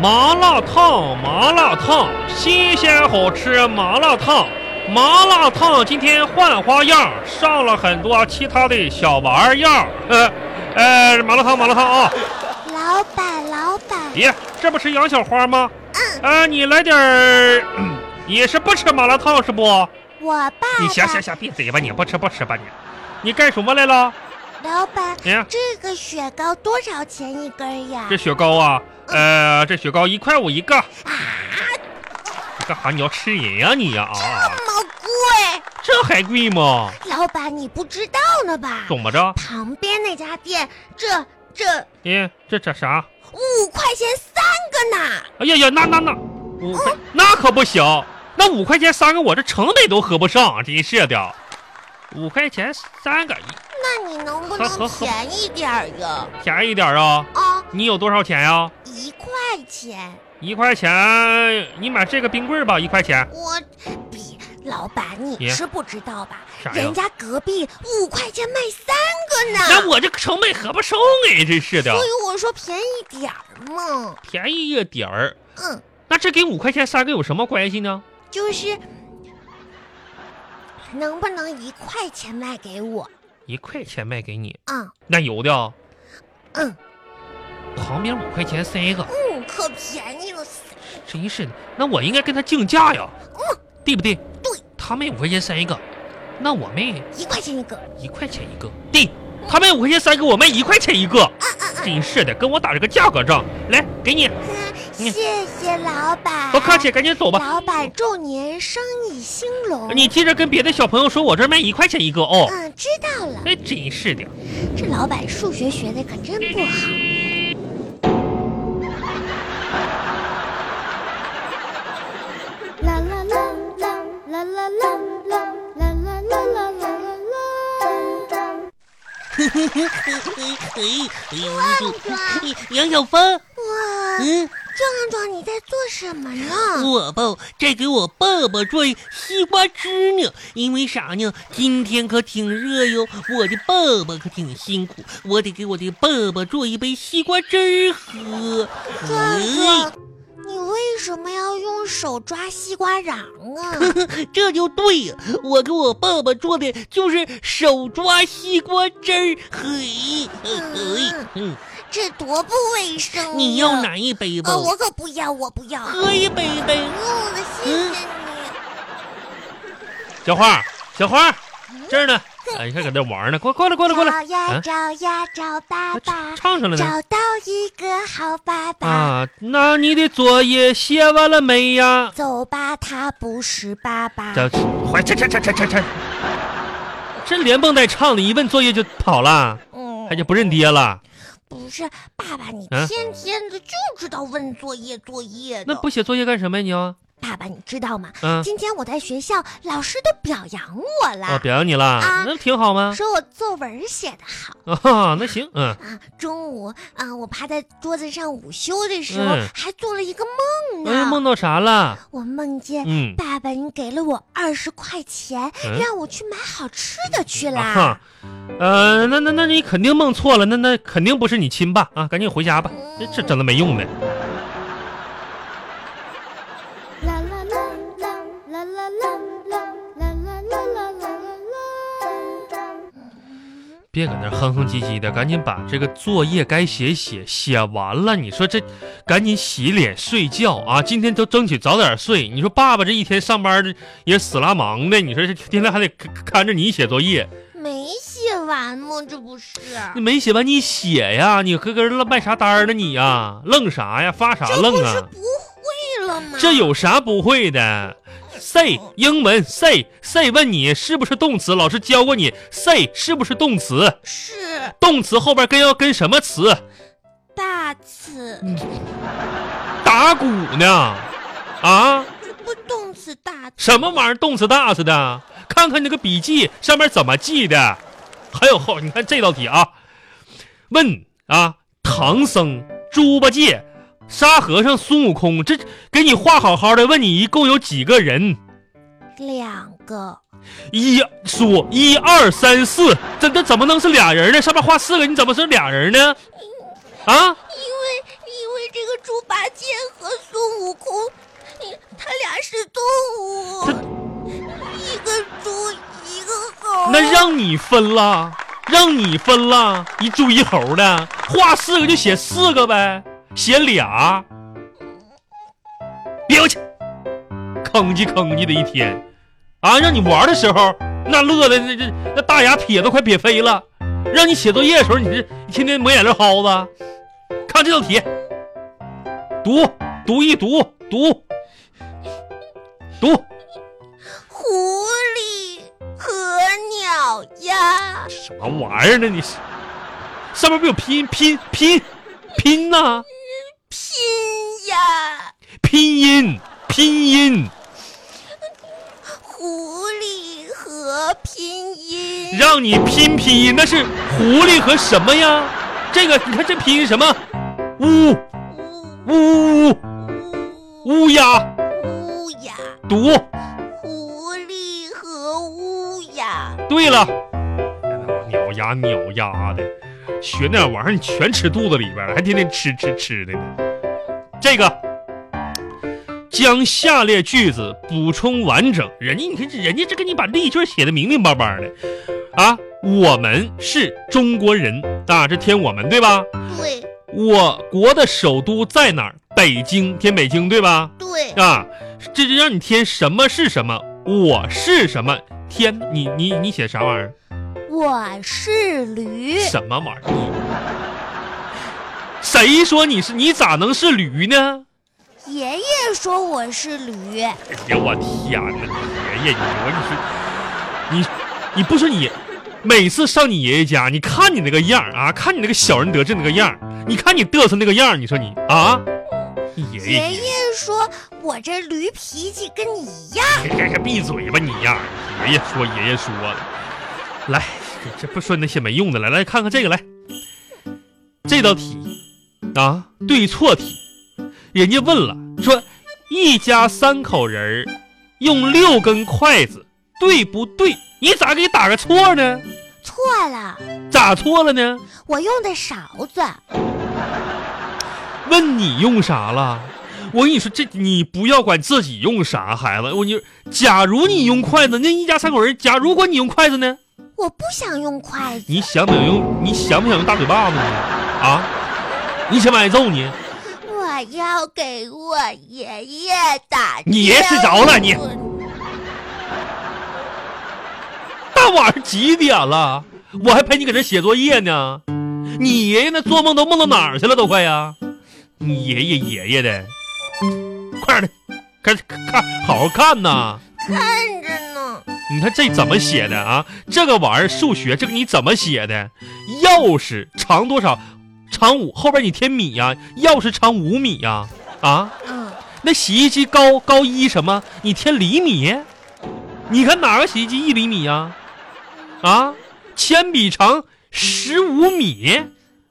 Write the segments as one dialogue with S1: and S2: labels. S1: 麻辣烫，麻辣烫，新鲜好吃麻辣烫，麻辣烫今天换花样，上了很多其他的小玩意儿。呃，呃，麻辣烫，麻辣烫啊！
S2: 老板，老板，
S1: 别，这不是杨小花吗？
S2: 嗯，
S1: 啊，你来点儿，嗯你是不吃麻辣烫是不？
S2: 嗯我爸爸，
S1: 你行行行，闭嘴吧你，不吃不吃吧你，你干什么来了？
S2: 老板，
S1: 你、
S2: 这个雪糕多少钱一根呀
S1: 哎这？雪糕啊，呃，这雪糕一块五一个，
S2: 嗯啊，
S1: 你干哈？你要吃人呀、你呀啊
S2: 这么贵！
S1: 这还贵吗？
S2: 老板，你不知道呢吧？
S1: 怎么着？
S2: 旁边那家店，这这
S1: 咦，这这啥？
S2: 五块钱三个呢。
S1: 哎呀呀，那那那五块，那可不行，那五块钱三个，我这成本都合不上，真是的。五块钱三个，
S2: 那你能不
S1: 呵呵呵
S2: 能便宜点儿 呀？
S1: 便宜点儿啊！
S2: 啊，
S1: 你有多少钱呀、
S2: 一块钱，
S1: 一块钱，你买这个冰棍儿吧，一块钱。
S2: 我比老板你
S1: 你
S2: 是不知道吧？
S1: 啥呀
S2: 人家隔壁五块钱卖三个呢。
S1: 那我这成本合不上哎，真是的
S2: 所，以我说便宜点儿嘛，
S1: 便宜一点儿。
S2: 嗯，
S1: 那这跟五块钱三个有什么关系呢？
S2: 就是能不能一块钱卖给我？
S1: 一块钱卖给你，
S2: 嗯
S1: 那有的啊，
S2: 嗯
S1: 旁边五块钱三个，
S2: 嗯，可便宜了死，
S1: 真是的。那我应该跟他竞价呀，
S2: 嗯，
S1: 对不对？
S2: 对，
S1: 他卖五块钱三个，那我卖
S2: 一块钱一个，
S1: 一块钱一个。对，他卖五块钱三个，我卖一块钱一个，
S2: 嗯嗯嗯
S1: 真是的，跟我打这个价格仗。来，给你，
S2: 嗯，
S1: 你
S2: 谢谢老板，
S1: 不客气，赶紧走吧。
S2: 老板祝您生意兴隆。
S1: 你记着跟别的小朋友说，我这儿卖一块钱一个哦。
S2: 嗯，知道了。
S1: 哎，真是的。
S2: 这老板数学学的可真不好。
S3: 啦啦啦啦啦啦啦啦啦啦啦啦啦啦啦。
S4: 杨小芳，
S2: 哇，
S4: 嗯，
S2: 壮壮，你在做什么呢？
S4: 我吧在给我爸爸做西瓜汁呢，因为啥呢？今天可挺热哟，我的爸爸可挺辛苦，我得给我的爸爸做一杯西瓜汁儿喝。
S2: 壮
S4: 哎
S2: 壮，你为什么要用手抓西瓜瓤啊？
S4: 这就对呀，我给我爸爸做的就是手抓西瓜汁儿，嘿，嘿，嗯，
S2: 这多不卫生呀！
S4: 你要哪一杯吧
S2: 啊？？我可不要，我不要。
S4: 喝一杯呗。
S2: 嗯，谢谢你。
S1: 小花，小花，
S2: 嗯
S1: 这儿呢。哎，你看搁那玩儿呢，过过来过来过来。
S2: 找呀
S1: 啊
S2: 找呀找爸爸，
S1: 唱上了呢。
S2: 找到一个好爸爸。
S1: 啊，那你的作业写完了没呀？
S2: 走吧，他不是爸爸。
S1: 这快这这这这这这，这连蹦带唱的，一问作业就跑了，
S2: 嗯
S1: 还就不认爹了。
S2: 不是爸爸，你
S1: 啊
S2: 天天的就知道问作业作业的。
S1: 那不写作业干什么呀你啊？
S2: 爸爸，你知道吗？
S1: 嗯，
S2: 今天我在学校，老师都表扬我
S1: 我
S2: 了，
S1: 哦表扬你了
S2: 啊，
S1: 那挺好吗？
S2: 说我作文写得好
S1: 啊，那行，嗯，
S2: 啊。中午啊，我趴在桌子上午休的时候
S1: 嗯，
S2: 还做了一个梦
S1: 哎，
S2: 呢。
S1: 梦到啥了？
S2: 我梦见
S1: 嗯，
S2: 爸爸，你给了我二十块钱，
S1: 嗯
S2: 让我去买好吃的去
S1: 啊
S2: 啦
S1: 哈。，呃，那那那你肯定梦错了，那那肯定不是你亲爸啊，赶紧回家吧，这这整的没用的。
S3: 啦啦啦啦啦啦啦啦啦啦啦啦啦啦。
S1: 别搁那儿哼哼唧唧的，赶紧把这个作业该写写，写完了，你说这赶紧洗脸睡觉啊！今天都争取早点睡。你说爸爸这一天上班也死拉忙的，你说这天天还得看看着你写作业，
S2: 没写完吗？这不是。
S1: 你没写完你写呀，你搁搁这卖啥单儿呢你呀、愣啥呀？发啥
S2: 这
S1: 愣
S2: 不是
S1: 啊？
S2: 不会了吗？
S1: 这有啥不会的？say 英文 say say 问你是不是动词，老师教过你 say 是不是动词，
S2: 是
S1: 动词后边跟要跟什么词？
S2: 大词，
S1: 打鼓呢？啊，
S2: 这不动词大词。
S1: 什么玩意儿动词大似的？看看你那个笔记上面怎么记的。还有后，你看这道题啊，问啊，唐僧、猪八戒、沙和尚、孙悟空，这给你画好好的，问你一共有几个人？
S2: 两个，
S1: 一数一二三四，这这怎么能是俩人呢？上面画四个，你怎么是俩人呢？啊，
S2: 因为因为这个猪八戒和孙悟空，他俩是动物，一个猪，一个猴。
S1: 那让你分了，让你分了，一猪一猴的，画四个就写四个呗，写俩，别回去，吭叽吭叽的一天，啊，让你玩的时候那乐的那这那大牙撇都快撇飞了，让你写作业的时候你这一天天抹眼泪耗子，看这道题，读读一读读读，
S2: 狐狸、和鸟、鸭，
S1: 什么玩意儿呢你是？上面不有拼拼拼拼呐、
S2: 拼呀，
S1: 拼音，拼音，
S2: 狐狸和拼音，
S1: 让你拼拼音，那是狐狸和什么呀？这个你看这拼音什么？乌
S2: 乌
S1: 乌乌
S2: 乌
S1: 乌鸦，
S2: 乌鸦，
S1: 读。
S2: 狐狸和乌鸦，
S1: 对了，哎鸟呀鸟呀的，学那玩意儿你全吃肚子里边了，还天天吃吃吃的呢。这个。将下列句子补充完整，人家你看，人家这给你把例句写的明明白白的，啊，我们是中国人啊，这填我们对吧？
S2: 对
S1: 我国的首都在哪儿？北京，填北京对吧？
S2: 对，
S1: 啊，这就让你填什么是什么，我是什么，天，你你你写啥玩意儿？
S2: 我是驴，
S1: 什么玩意儿？你谁说你是？你咋能是驴呢？
S2: 爷爷说我是驴，
S1: 哎呀，我天哪！爷爷，你我你说你你不说你，每次上你爷爷家，你看你那个样儿啊，看你那个小人得志那个样儿，你看你嘚瑟那个样儿，你说你啊，你爷爷
S2: 爷爷说我这驴脾气跟你一样，
S1: 这这闭嘴吧你呀！爷爷说爷爷说的，来，这这不说那些没用的了，来看看这个来，这道题啊，对错题，人家问了，说一家三口人儿用六根筷子，对不对？你咋给打个错呢？
S2: 错了，
S1: 咋错了呢？
S2: 我用的勺子，
S1: 问你用啥了？我跟你说，这你不要管自己用啥，孩子。我跟你说，假如你用筷子，那一家三口人，假如果你用筷子呢？
S2: 我不想用筷子，
S1: 你想不想用？你想不想用大嘴巴子呢？啊？你想不想挨揍你？
S2: 我要给我爷爷打电话。
S1: 你爷睡着了你大晚上几点了？我还陪你搁这写作业呢。你爷爷那做梦都梦到哪儿去了？都快呀！你爷爷爷爷的，快点的，看看好好看呐！
S2: 看着呢，
S1: 你看这怎么写的啊？这个玩意儿数学，这个你怎么写的？钥匙长多少？长五，后边你填米呀、钥匙长五米呀、啊
S2: 嗯，
S1: 那洗衣机高高一什么？你添厘米？你看哪个洗衣机一厘米呀、啊？铅笔长十五米，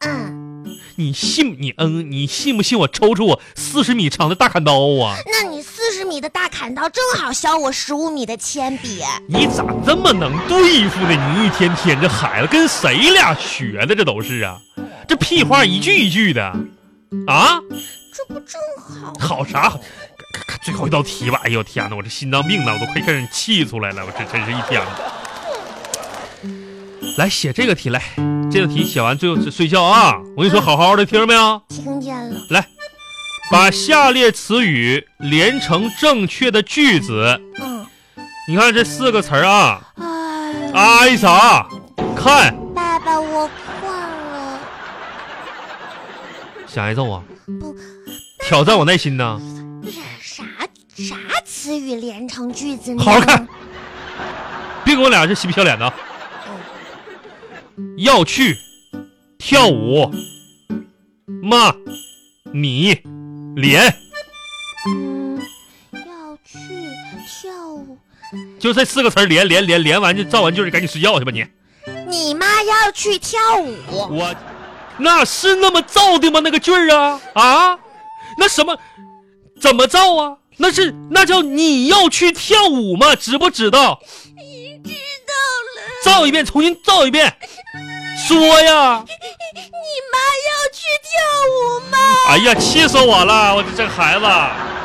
S2: 嗯，
S1: 你信你嗯，你信不信我抽出我四十米长的大砍刀啊？
S2: 那你四十米的大砍刀正好削我十五米的铅笔。
S1: 你咋这么能对付呢？你一天天这孩子跟谁俩学的？这都是啊，这屁话一句一句的，啊，
S2: 这不正好？
S1: 好啥好？看最后一道题吧，哎呦天哪，我这心脏病呢，我都快开始气出来了，我这真是一天了。来写这个题来，这道题写完最后睡觉啊！我跟你说，好好的听着没有？
S2: 听见了，
S1: 把下列词语连成正确的句子。
S2: 嗯，
S1: 你看这四个词儿啊，
S2: 哎，
S1: 挨啥？看，
S2: 爸爸，我困了，
S1: 想挨揍啊？
S2: 不，
S1: 挑战我耐心呢？
S2: 这啥啥词语连成句子呢？
S1: 好好看，别跟我俩这嬉皮笑脸的啊。要去跳舞，骂你脸，
S2: 嗯，要去跳舞。
S1: 就这四个词儿连连连连完就造完句儿，赶紧睡觉去吧你。
S2: 你妈要去跳舞，
S1: 我那是那么造的吗？那个句儿啊啊，那什么怎么造啊？那是那叫你要去跳舞吗？知不知道？
S2: 知道了。
S1: 造一遍，重新造一遍，说呀。
S2: 你妈要去跳舞吗？
S1: 哎呀，气死我了！我的这个孩子。